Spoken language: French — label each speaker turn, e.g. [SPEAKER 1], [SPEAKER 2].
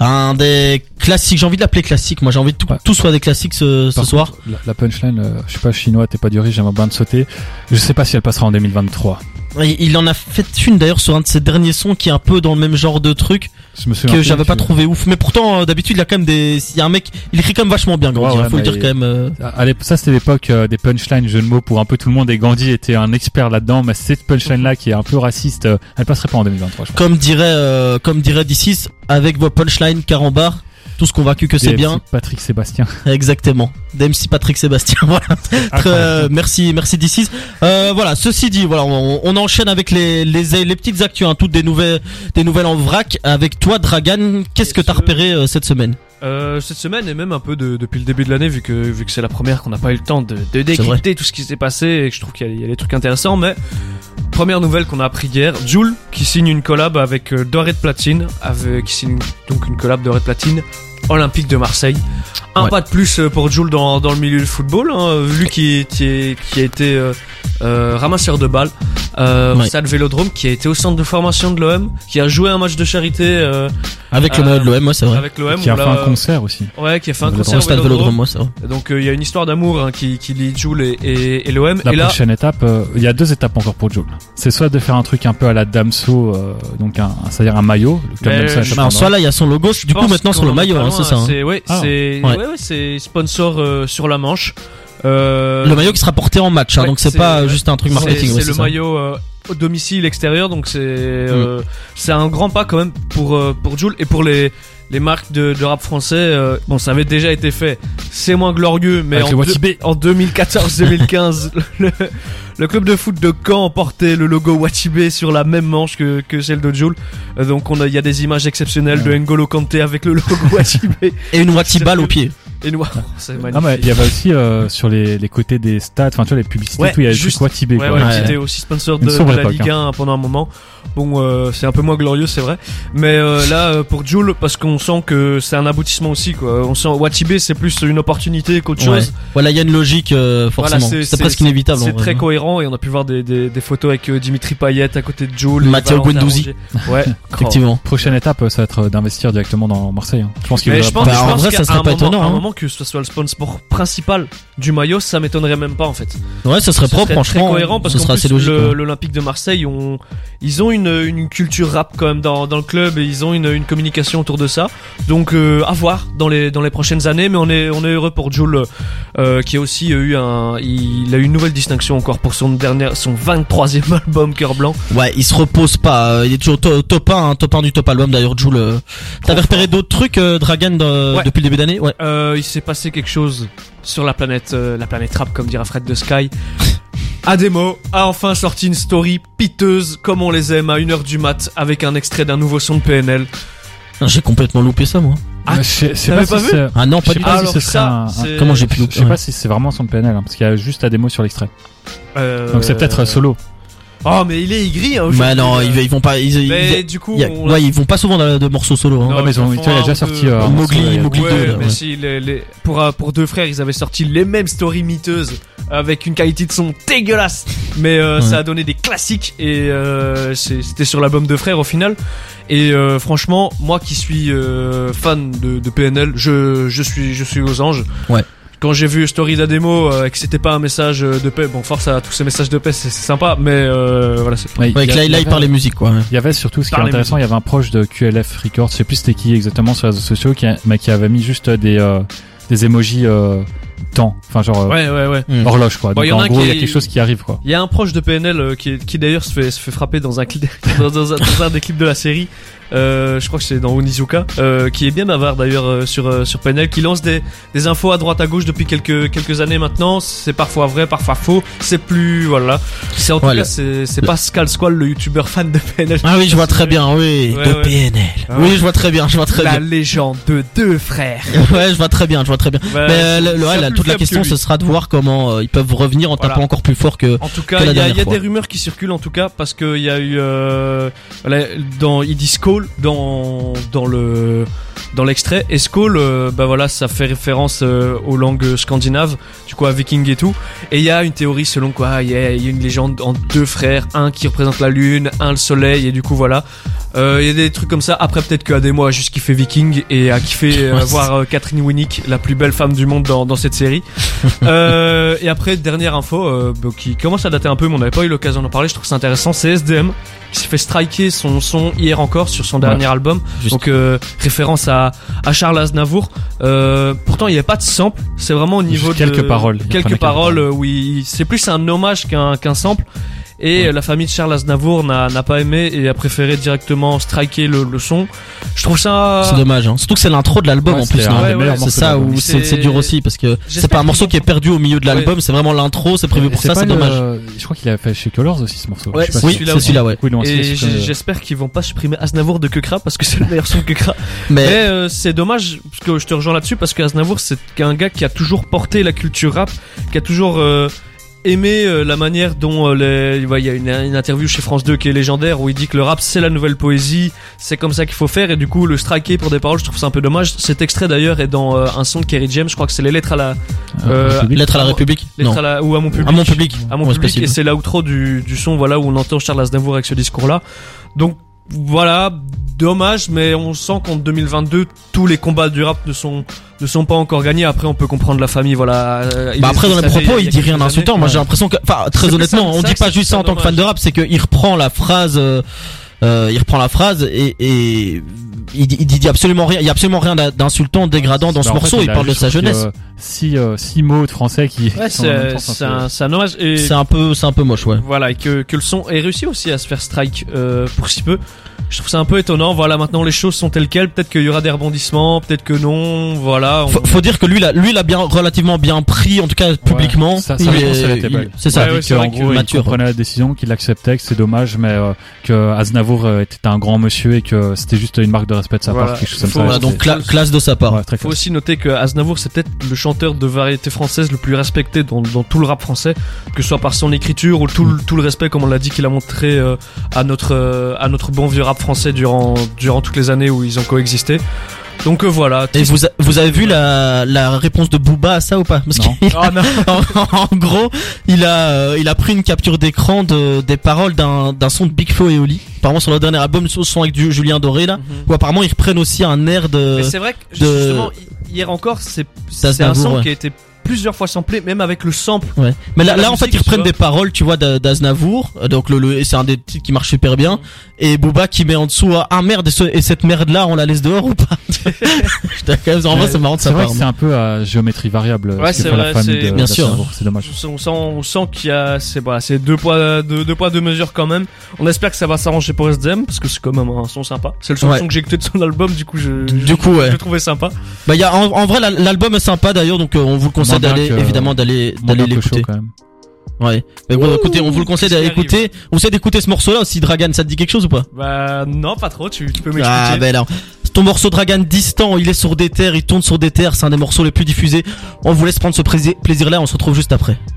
[SPEAKER 1] Un des classiques, j'ai envie de l'appeler classique. Moi, j'ai envie de tout,
[SPEAKER 2] Ouais.
[SPEAKER 1] tout soit des classiques ce, ce
[SPEAKER 2] Par
[SPEAKER 1] soir.
[SPEAKER 2] contre, la, la punchline, euh, je suis pas chinois, t'es pas du riz, j'aimerais bien te sauter. Je sais pas si elle passera en 2023.
[SPEAKER 1] Et il en a fait une d'ailleurs sur un de ses derniers sons qui est un peu dans le même genre de truc
[SPEAKER 2] Je me souviens
[SPEAKER 1] que
[SPEAKER 2] plus,
[SPEAKER 1] j'avais pas
[SPEAKER 2] je-
[SPEAKER 1] trouvé ouf. Mais pourtant, euh, d'habitude, il a quand même des. Il y a un mec, il écrit quand même vachement bien, Gandhi.
[SPEAKER 2] Ouais, ouais,
[SPEAKER 1] hein, faut le
[SPEAKER 2] mais-
[SPEAKER 1] dire quand même. euh.
[SPEAKER 2] Ah, allez, ça c'était l'époque euh, des punchlines jeux de mots pour un peu tout le monde et Gandhi était un expert là-dedans, mais cette punchline là qui est un peu raciste, euh, elle passerait pas en 2023 je pense.
[SPEAKER 1] Comme dirait, euh, comme dirait D6, avec vos punchlines carambar, tous convaincus que c'est
[SPEAKER 2] DMC,
[SPEAKER 1] bien.
[SPEAKER 2] Patrick Sébastien.
[SPEAKER 1] Exactement. DMC Patrick Sébastien, voilà. Très, euh, merci, merci D6. Euh, voilà, ceci dit, voilà, on, on enchaîne avec les, les, les petites actus, hein, toutes des nouvelles, des nouvelles en vrac. Avec toi, Dragan, qu'est-ce que t'as
[SPEAKER 3] Messieurs.
[SPEAKER 1] repéré euh, cette semaine
[SPEAKER 3] Euh, cette semaine et même un peu de- depuis le début de l'année vu que vu que c'est la première qu'on n'a pas eu le temps de, de décrypter tout ce qui s'est passé et que je trouve qu'il y, a- il y a des trucs intéressants mais première nouvelle qu'on a appris hier Joule qui signe une collab avec euh, Doré de Platine avec qui signe donc une collab Doré de Platine Olympique de Marseille un
[SPEAKER 1] Ouais.
[SPEAKER 3] pas de plus euh, pour Joule dans, dans le milieu du football hein, lui qui qui, est- qui a été euh, euh, ramasseur de balles euh,
[SPEAKER 1] Ouais.
[SPEAKER 3] au stade Vélodrome qui a été au centre de formation de l'OM qui a joué un match de charité euh,
[SPEAKER 1] Avec le
[SPEAKER 3] Euh,
[SPEAKER 1] maillot de l'OM, moi, c'est vrai.
[SPEAKER 3] avec l'OM
[SPEAKER 2] qui
[SPEAKER 3] on
[SPEAKER 2] a fait
[SPEAKER 3] l'a-
[SPEAKER 2] un concert aussi.
[SPEAKER 3] Ouais, qui a fait un
[SPEAKER 2] Au
[SPEAKER 3] concert
[SPEAKER 1] Au
[SPEAKER 3] au
[SPEAKER 1] stade Vélodrome,
[SPEAKER 3] Vélodrome.
[SPEAKER 1] moi, c'est vrai.
[SPEAKER 3] Donc euh, il y a une histoire d'amour hein, qui, qui lie Jules et, et, et l'OM.
[SPEAKER 2] La
[SPEAKER 3] Et là,
[SPEAKER 2] prochaine étape, euh, il y a deux étapes encore pour Joule. C'est soit de faire un truc un peu à la Damso, euh, donc un, un- c'est-à-dire un maillot, le club
[SPEAKER 3] Mais
[SPEAKER 2] Damso,
[SPEAKER 3] je-
[SPEAKER 2] je
[SPEAKER 1] Bah, en
[SPEAKER 2] pense.
[SPEAKER 1] soi, là, il y a son logo,
[SPEAKER 3] je
[SPEAKER 1] du coup,
[SPEAKER 3] pense
[SPEAKER 1] maintenant, sur
[SPEAKER 3] qu'on
[SPEAKER 1] le
[SPEAKER 3] en est
[SPEAKER 1] maillot,
[SPEAKER 3] pas
[SPEAKER 1] hein,
[SPEAKER 3] loin,
[SPEAKER 1] c'est ça. hein.
[SPEAKER 3] C'est ouais,
[SPEAKER 2] Ah.
[SPEAKER 3] c'est
[SPEAKER 1] Ouais.
[SPEAKER 3] ouais. ouais, c'est sponsor euh, sur la manche. Euh,
[SPEAKER 1] Le maillot qui sera porté en match, hein,
[SPEAKER 3] ouais,
[SPEAKER 1] donc c'est
[SPEAKER 3] c'est-
[SPEAKER 1] pas euh,
[SPEAKER 3] ouais.
[SPEAKER 1] juste un truc
[SPEAKER 3] c'est-
[SPEAKER 1] marketing. ouais,
[SPEAKER 3] C'est le
[SPEAKER 1] ça.
[SPEAKER 3] maillot euh, au domicile extérieur, donc c'est euh,
[SPEAKER 2] Mm.
[SPEAKER 3] c'est un grand pas quand même pour euh, pour Jules et pour les les marques de, de rap français. euh, bon, ça avait déjà été fait. C'est moins glorieux, mais
[SPEAKER 2] Avec
[SPEAKER 3] en
[SPEAKER 2] le
[SPEAKER 3] deux-
[SPEAKER 2] Watibé.
[SPEAKER 3] En 2014-2015, le, le club de foot de Caen portait le logo Watibé sur la même manche que, que celle de Joule. Euh, Donc on a- il y a des images exceptionnelles de N'Golo Kanté avec le logo Watibé.
[SPEAKER 1] Et une Watibal au pied.
[SPEAKER 3] Et noir, c'est magnifique.
[SPEAKER 2] Ah, mais il y avait aussi euh, sur les, les côtés des stades, enfin tu vois les publicités,
[SPEAKER 3] Ouais,
[SPEAKER 2] tout, il y avait
[SPEAKER 3] juste-
[SPEAKER 2] juste quoi Tibé.
[SPEAKER 3] Ouais,
[SPEAKER 2] quoi.
[SPEAKER 3] ouais,
[SPEAKER 1] Ouais.
[SPEAKER 3] C'était aussi sponsor
[SPEAKER 2] Une
[SPEAKER 3] de,
[SPEAKER 2] sombre
[SPEAKER 3] de la
[SPEAKER 2] époque,
[SPEAKER 3] Ligue 1
[SPEAKER 1] hein.
[SPEAKER 3] pendant un moment. Bon, euh, c'est un peu moins glorieux, c'est vrai. Mais euh, là, euh, pour Joule, parce qu'on sent que c'est un aboutissement aussi. Quoi. On sent Watibé, c'est plus une opportunité qu'autre
[SPEAKER 1] Ouais.
[SPEAKER 3] chose.
[SPEAKER 1] Voilà, il y a une logique, euh,
[SPEAKER 3] Voilà,
[SPEAKER 1] forcément.
[SPEAKER 3] c'est-
[SPEAKER 1] c'est
[SPEAKER 3] c'est-
[SPEAKER 1] presque inévitable. en
[SPEAKER 3] C'est
[SPEAKER 1] vrai. hein.
[SPEAKER 3] très cohérent et on a pu voir des, des, des photos avec euh, Dimitri Payet à côté de Joule.
[SPEAKER 1] Matteo
[SPEAKER 3] Valentin
[SPEAKER 1] Guendouzi.
[SPEAKER 3] Rongier. Ouais, Oh.
[SPEAKER 1] Effectivement.
[SPEAKER 2] Prochaine étape, euh, ça va être euh, d'investir directement dans Marseille. hein. Je pense qu'il
[SPEAKER 3] Mais
[SPEAKER 2] voudra
[SPEAKER 3] je pense,
[SPEAKER 1] Bah,
[SPEAKER 3] je
[SPEAKER 1] en
[SPEAKER 3] pense
[SPEAKER 1] vrai,
[SPEAKER 3] qu'à
[SPEAKER 1] ça serait
[SPEAKER 3] un
[SPEAKER 1] pas
[SPEAKER 3] moment-
[SPEAKER 1] étonnant,
[SPEAKER 3] à
[SPEAKER 1] hein.
[SPEAKER 3] un moment que ce soit le sponsor principal du maillot, ça m'étonnerait même pas en fait.
[SPEAKER 1] Ouais, ça serait
[SPEAKER 3] Ce
[SPEAKER 1] propre,
[SPEAKER 3] très
[SPEAKER 1] franchement.
[SPEAKER 3] cohérent parce
[SPEAKER 1] ce
[SPEAKER 3] que
[SPEAKER 1] serait assez logique. hein. ouais.
[SPEAKER 3] l'Olympique de Marseille, on- ils ont une, une culture rap quand même dans, dans le club et ils ont une, une communication autour de ça. Donc euh, à voir dans les, dans les prochaines années, mais on est, on est heureux pour Jules euh, qui a aussi eu un, il a eu une nouvelle distinction encore pour son dernier, son 23e album Cœur Blanc.
[SPEAKER 1] Ouais, il se repose pas. euh, Il est toujours to- top 1, hein, top 1 du top album d'ailleurs, Jules. euh. T'avais repéré d'autres trucs, euh, Dragan, de-
[SPEAKER 3] Ouais.
[SPEAKER 1] depuis le début d'année Ouais.
[SPEAKER 3] Euh, il s'est passé quelque chose sur la planète, euh, la planète rap, comme dira Fred de Sky. Ademo a enfin sorti une story piteuse, comme on les aime, à 1h du mat, avec un extrait d'un nouveau son de PNL.
[SPEAKER 1] Ah, J'ai complètement loupé ça, moi.
[SPEAKER 3] Ah,
[SPEAKER 2] Ouais, je sais- je sais
[SPEAKER 3] t'avais
[SPEAKER 2] pas
[SPEAKER 3] pas
[SPEAKER 2] si
[SPEAKER 3] vu
[SPEAKER 2] c'est-
[SPEAKER 1] Ah non,
[SPEAKER 2] je
[SPEAKER 1] pas
[SPEAKER 2] sais
[SPEAKER 1] du
[SPEAKER 2] pas
[SPEAKER 1] tout.
[SPEAKER 2] si
[SPEAKER 3] Alors
[SPEAKER 2] ce
[SPEAKER 3] ça,
[SPEAKER 2] sera un- un-
[SPEAKER 3] c'est-
[SPEAKER 1] Comment j'ai pu
[SPEAKER 2] Je
[SPEAKER 1] louper
[SPEAKER 2] sais
[SPEAKER 1] ouais.
[SPEAKER 2] pas si c'est vraiment son PNL, hein, parce qu'il y a juste la démo sur l'extrait.
[SPEAKER 3] Euh,
[SPEAKER 2] Donc c'est peut-être euh, solo.
[SPEAKER 3] Oh, mais il est aigri, hein, aujourd'hui.
[SPEAKER 1] Mais Bah non, ils, ils vont pas. Ils, ils-
[SPEAKER 3] Mais du coup,
[SPEAKER 1] il y a-
[SPEAKER 3] on l'a-
[SPEAKER 1] ouais, ils vont pas souvent de, de morceaux solo. Hein.
[SPEAKER 3] Non,
[SPEAKER 2] Ouais, mais ils ont-
[SPEAKER 3] ils
[SPEAKER 2] tu vois, il y a
[SPEAKER 3] font
[SPEAKER 2] déjà
[SPEAKER 3] un
[SPEAKER 2] sorti
[SPEAKER 3] peu-
[SPEAKER 2] euh, un
[SPEAKER 1] Mowgli,
[SPEAKER 2] morceau, il y a-
[SPEAKER 1] Mowgli.
[SPEAKER 3] Ouais,
[SPEAKER 1] deux, là,
[SPEAKER 3] mais
[SPEAKER 1] ouais.
[SPEAKER 3] si, les- les- pour, euh, pour deux frères, ils avaient sorti les mêmes stories miteuses avec une qualité de son dégueulasse. Mais euh,
[SPEAKER 1] Ouais.
[SPEAKER 3] ça a donné des classiques et euh, c'est- c'était sur l'album de frères au final. Et euh, franchement, moi qui suis euh, fan de, de PNL, je, je, suis, je suis aux anges.
[SPEAKER 1] Ouais.
[SPEAKER 3] Quand j'ai vu Story d'Ademo euh, et que c'était pas un message de paix, bon, force à tous ces messages de paix, c'est c'est sympa, mais euh, voilà, c'est
[SPEAKER 2] Ouais,
[SPEAKER 1] Ouais,
[SPEAKER 2] il
[SPEAKER 1] que
[SPEAKER 2] y a-
[SPEAKER 1] là,
[SPEAKER 2] il
[SPEAKER 1] là,
[SPEAKER 2] y
[SPEAKER 1] il
[SPEAKER 2] avait-
[SPEAKER 1] parlait musique, quoi. ouais.
[SPEAKER 2] Il y avait surtout ce qui est
[SPEAKER 3] Parlez
[SPEAKER 2] intéressant, il y avait un proche de QLF Records, je sais plus c'était qui exactement sur les réseaux sociaux, qui, a- mais qui avait mis juste des, euh, des emojis euh, temps, enfin genre euh,
[SPEAKER 3] Ouais, ouais, ouais.
[SPEAKER 1] Hmm.
[SPEAKER 2] horloge quoi.
[SPEAKER 3] Bon,
[SPEAKER 2] Donc
[SPEAKER 3] il y en
[SPEAKER 2] en,
[SPEAKER 3] a un
[SPEAKER 2] gros, il y a
[SPEAKER 3] qui-
[SPEAKER 2] quelque chose qui arrive quoi.
[SPEAKER 3] Il y a un proche de PNL euh, qui, qui d'ailleurs se fait, se fait frapper dans un, cli- dans, dans un, dans un des clips de la série. Euh, je crois que c'est dans Onizuka, euh, qui est bien bavard d'ailleurs euh, sur, euh, sur PNL, qui lance des, des infos à droite à gauche depuis quelques, quelques années maintenant. C'est parfois vrai, parfois faux. C'est plus. Voilà. C'est en tout
[SPEAKER 1] Voilà.
[SPEAKER 3] cas, c'est c'est Pascal Squall, le youtubeur fan de PNL.
[SPEAKER 1] Ah oui, je vois très bien, oui.
[SPEAKER 3] Ouais,
[SPEAKER 1] de
[SPEAKER 3] ouais.
[SPEAKER 1] PNL.
[SPEAKER 3] Ah
[SPEAKER 1] Oui,
[SPEAKER 3] ouais.
[SPEAKER 1] je vois très bien, je vois très
[SPEAKER 3] La
[SPEAKER 1] bien.
[SPEAKER 3] légende de deux frères.
[SPEAKER 1] Ouais, je vois très bien, je vois très bien.
[SPEAKER 3] Bah,
[SPEAKER 1] Mais euh, le- le-
[SPEAKER 3] c'est
[SPEAKER 1] ouais, la-
[SPEAKER 3] plus
[SPEAKER 1] toute la
[SPEAKER 3] faible
[SPEAKER 1] question,
[SPEAKER 3] que lui.
[SPEAKER 1] ce sera de voir comment euh, ils peuvent revenir en tapant
[SPEAKER 3] Voilà.
[SPEAKER 1] encore plus fort que.
[SPEAKER 3] En tout cas,
[SPEAKER 1] Que la
[SPEAKER 3] il y a,
[SPEAKER 1] dernière
[SPEAKER 3] il y a
[SPEAKER 1] fois.
[SPEAKER 3] des rumeurs qui circulent en tout cas parce qu'il y a eu euh, voilà, dans ils disent Cole dans dans le dans l'extrait et Skoll euh, bah voilà ça fait référence euh, aux langues scandinaves du coup à Viking et tout et il y a une théorie selon quoi il y, a il y a une légende en deux frères un qui représente la lune un le soleil et du coup voilà Euh, Il y a des trucs comme ça. Après, peut-être que Ademo a juste kiffé Viking et a kiffé euh, voir euh, Catherine Winnick, la plus belle femme du monde dans, dans cette série. Euh, et après, dernière info euh, bah, qui commence à dater un peu, mais on n'avait pas eu l'occasion d'en parler. Je trouve ça intéressant. C'est SDM qui s'est fait striker son son hier encore sur son dernier album.
[SPEAKER 1] Juste.
[SPEAKER 3] Donc euh, référence à, à Charles Aznavour. Euh, pourtant, il n'y a pas de sample. C'est vraiment au niveau
[SPEAKER 2] Juste quelques
[SPEAKER 3] de-
[SPEAKER 2] paroles. Il prenait
[SPEAKER 3] Quelques
[SPEAKER 2] quelques
[SPEAKER 3] paroles. euh, Oui, c'est plus un hommage qu'un qu'un sample. Et euh, la famille de Charles Aznavour n'a n'a pas aimé et a préféré directement striker le, le son. Je trouve ça.
[SPEAKER 1] C'est dommage, hein. surtout que c'est l'intro de l'album
[SPEAKER 2] Ouais,
[SPEAKER 1] en plus.
[SPEAKER 2] c'est
[SPEAKER 1] non
[SPEAKER 2] un des
[SPEAKER 3] Ah. Ouais,
[SPEAKER 2] meilleurs
[SPEAKER 3] ouais,
[SPEAKER 1] C'est
[SPEAKER 2] morceaux de
[SPEAKER 1] ça
[SPEAKER 2] l'album.
[SPEAKER 1] où c'est
[SPEAKER 3] C'est-
[SPEAKER 1] c'est dur aussi parce que c'est
[SPEAKER 3] J'espère
[SPEAKER 1] pas un
[SPEAKER 3] qu'ils
[SPEAKER 1] morceau
[SPEAKER 3] vont
[SPEAKER 1] qui est perdu au milieu de l'album, c'est vraiment l'intro, c'est prévu pour ça,
[SPEAKER 2] C'est pas euh,
[SPEAKER 1] c'est
[SPEAKER 2] le-
[SPEAKER 1] dommage.
[SPEAKER 2] Je crois qu'il a fait chez Colors aussi ce morceau.
[SPEAKER 3] Ouais,
[SPEAKER 2] Je sais pas
[SPEAKER 1] Oui,
[SPEAKER 2] si-
[SPEAKER 3] celui-là
[SPEAKER 1] c'est
[SPEAKER 3] aussi.
[SPEAKER 1] celui-là, ouais.
[SPEAKER 2] Oui, non,
[SPEAKER 3] Et
[SPEAKER 2] c'est- euh,
[SPEAKER 3] j'ai- j'espère qu'ils vont pas supprimer Aznavour de Kekra parce que c'est le meilleur son de Kekra.
[SPEAKER 1] Mais
[SPEAKER 3] Mais euh, c'est dommage parce que je te rejoins là-dessus parce qu'Aznavour c'est un gars qui a toujours porté la culture rap, qui a toujours euh, aimé euh, la manière dont euh, les- ouais, il y a une, une interview chez France 2 qui est légendaire où il dit que le rap c'est la nouvelle poésie, c'est comme ça qu'il faut faire et du coup le striker pour des paroles je trouve ça un peu dommage. Cet extrait d'ailleurs est dans euh, un son de Kerry James, je crois que c'est les lettres à la, euh,
[SPEAKER 2] République.
[SPEAKER 1] Lettre à la République
[SPEAKER 3] lettres
[SPEAKER 1] Ah, Non.
[SPEAKER 3] à la ou à mon public.
[SPEAKER 1] À mon public.
[SPEAKER 3] à mon
[SPEAKER 1] Ouais, c'est
[SPEAKER 3] public
[SPEAKER 1] possible.
[SPEAKER 3] et c'est l'outro du, du son voilà où on entend Charles Aznavour avec ce discours là donc voilà dommage mais on sent qu'en 2022 tous les combats du rap ne sont ne sont pas encore gagnés après on peut comprendre la famille voilà euh, il
[SPEAKER 1] Bah
[SPEAKER 3] est-
[SPEAKER 1] après dans
[SPEAKER 3] il
[SPEAKER 1] les
[SPEAKER 3] savait
[SPEAKER 1] propos
[SPEAKER 3] il y
[SPEAKER 1] il
[SPEAKER 3] a
[SPEAKER 1] dit
[SPEAKER 3] quelques
[SPEAKER 1] rien
[SPEAKER 3] années.
[SPEAKER 1] d'insultant. Moi
[SPEAKER 3] Ouais.
[SPEAKER 1] j'ai l'impression que, enfin
[SPEAKER 3] C'est
[SPEAKER 1] très
[SPEAKER 3] plus
[SPEAKER 1] honnêtement,
[SPEAKER 3] ça-
[SPEAKER 1] on
[SPEAKER 3] ça
[SPEAKER 1] dit
[SPEAKER 3] que
[SPEAKER 1] pas
[SPEAKER 3] c'est
[SPEAKER 1] juste ça en tant que fan de rap, c'est qu'il reprend la phrase, euh, euh, il reprend la phrase et, et il, dit- il dit absolument rien, il y a absolument rien d'in- d'insultant, dégradant dans
[SPEAKER 2] Bah,
[SPEAKER 1] ce
[SPEAKER 2] en fait,
[SPEAKER 1] morceau.
[SPEAKER 2] on
[SPEAKER 1] Il
[SPEAKER 2] a
[SPEAKER 1] parle de
[SPEAKER 2] juste
[SPEAKER 1] sa
[SPEAKER 2] repris,
[SPEAKER 1] jeunesse.
[SPEAKER 2] euh, Six euh, six mots de français qui.
[SPEAKER 3] Ouais,
[SPEAKER 2] sont en même temps,
[SPEAKER 3] c'est c'est
[SPEAKER 2] ça fait-
[SPEAKER 3] un, c'est un hommage et
[SPEAKER 1] C'est un peu, c'est un peu moche, ouais.
[SPEAKER 3] voilà et que, que le son ait réussi aussi à se faire strike euh, pour si peu je trouve ça un peu étonnant voilà maintenant les choses sont telles quelles peut-être qu'il y aura des rebondissements peut-être que non voilà on-
[SPEAKER 1] Faut, faut dire que lui, là, lui, il a bien, relativement bien pris, en tout cas publiquement.
[SPEAKER 2] ça-
[SPEAKER 1] Il
[SPEAKER 2] ça, je
[SPEAKER 1] est-
[SPEAKER 2] pense qu'elle était
[SPEAKER 1] il-
[SPEAKER 2] belle.
[SPEAKER 1] c'est ça.
[SPEAKER 3] Ouais, ouais,
[SPEAKER 2] que,
[SPEAKER 3] c'est vrai
[SPEAKER 2] en
[SPEAKER 3] que
[SPEAKER 2] gros, il
[SPEAKER 1] mature.
[SPEAKER 2] comprenait la décision, qu'il l'acceptait, que c'est dommage, mais euh, que Aznavour euh, était un grand monsieur et que c'était juste une marque de respect de sa
[SPEAKER 3] Voilà.
[SPEAKER 2] part, quelque chose comme
[SPEAKER 3] Faut-
[SPEAKER 2] ça.
[SPEAKER 1] Voilà, donc cla- classe de sa part.
[SPEAKER 2] Ouais, très
[SPEAKER 3] Faut
[SPEAKER 2] classe.
[SPEAKER 3] aussi noter que Aznavour, c'est peut-être le chanteur de variété française le plus respecté dans, dans tout le rap français, que ce soit par son écriture ou tout, le- tout le respect, comme on l'a dit, qu'il a montré euh, à, notre, euh, à notre bon vieux rap français durant, durant toutes les années où ils ont coexisté. Donc euh, voilà.
[SPEAKER 1] Et vous, a- vous avez vu la, la réponse de Booba à ça ou pas Parce
[SPEAKER 2] Non.
[SPEAKER 1] qu'il-
[SPEAKER 3] Ah, non.
[SPEAKER 1] en, en gros, il a, euh, il a pris une capture d'écran de, des paroles d'un, d'un son de Big Flo et Oli. Apparemment sur leur dernier album, sur le son avec du Julien Doré là,
[SPEAKER 3] Mhm.
[SPEAKER 1] où apparemment ils reprennent aussi un air de.
[SPEAKER 3] Mais c'est vrai que
[SPEAKER 1] de-
[SPEAKER 3] justement, hi- hier encore, c'est c'est un
[SPEAKER 1] d'Aznavour,
[SPEAKER 3] son
[SPEAKER 1] ouais.
[SPEAKER 3] qui a été plusieurs fois samplé, même avec le sample.
[SPEAKER 1] Ouais. Mais là,
[SPEAKER 3] de la
[SPEAKER 1] là en fait,
[SPEAKER 3] musique,
[SPEAKER 1] ils reprennent
[SPEAKER 3] tu vois.
[SPEAKER 1] des paroles, tu vois, d'A- d'Aznavour. Euh, Donc le, le- c'est un des titres qui marche super
[SPEAKER 2] Mhm.
[SPEAKER 1] bien. Et Booba qui met en dessous ah, ah merde et, ce- et cette merde là, on la laisse dehors ou pas Je t'ai quand même, en vrai, c'est marrant de
[SPEAKER 2] C'est
[SPEAKER 1] sa
[SPEAKER 2] vrai
[SPEAKER 1] part.
[SPEAKER 2] que c'est un peu à géométrie variable.
[SPEAKER 3] Ouais,
[SPEAKER 2] ce que
[SPEAKER 3] c'est
[SPEAKER 2] fait
[SPEAKER 3] vrai,
[SPEAKER 2] la famille
[SPEAKER 3] c'est- hein.
[SPEAKER 2] de-
[SPEAKER 1] Bien sûr.
[SPEAKER 2] d'Aznavour, C'est dommage.
[SPEAKER 3] On sent, on sent qu'il y a c'est bah, c'est deux poids deux, deux poids deux mesures quand même. On espère que ça va s'arranger pour SDM parce que c'est quand même un son sympa. C'est le seul
[SPEAKER 1] Ouais.
[SPEAKER 3] son que j'ai écouté de son album du coup je je,
[SPEAKER 1] Du coup, ouais.
[SPEAKER 3] je le trouvais sympa.
[SPEAKER 1] Bah, y a, en, en vrai, la- l'album est sympa d'ailleurs, donc euh, on vous le conseille
[SPEAKER 2] Moins bien
[SPEAKER 1] d'aller,
[SPEAKER 2] que- euh,
[SPEAKER 1] évidemment, d'aller,
[SPEAKER 2] Moins
[SPEAKER 1] d'aller
[SPEAKER 2] bien que chaud,
[SPEAKER 1] l'écouter.
[SPEAKER 2] quand même.
[SPEAKER 1] Ouais. Mais bon, écoutez, on vous le conseille
[SPEAKER 3] qu'est-ce
[SPEAKER 1] d'aller
[SPEAKER 3] qui arrive
[SPEAKER 1] écouter. On sait d'écouter ce morceau-là aussi, Dragan, ça te dit quelque chose ou pas
[SPEAKER 3] Bah non pas trop. Tu, tu peux m'expliquer.
[SPEAKER 1] Ah, ben alors. Ton morceau Dragan distant, il est sur des terres, il tourne sur des terres, c'est un des morceaux les plus diffusés. On vous laisse prendre ce plaisir- plaisir-là, on se retrouve juste après.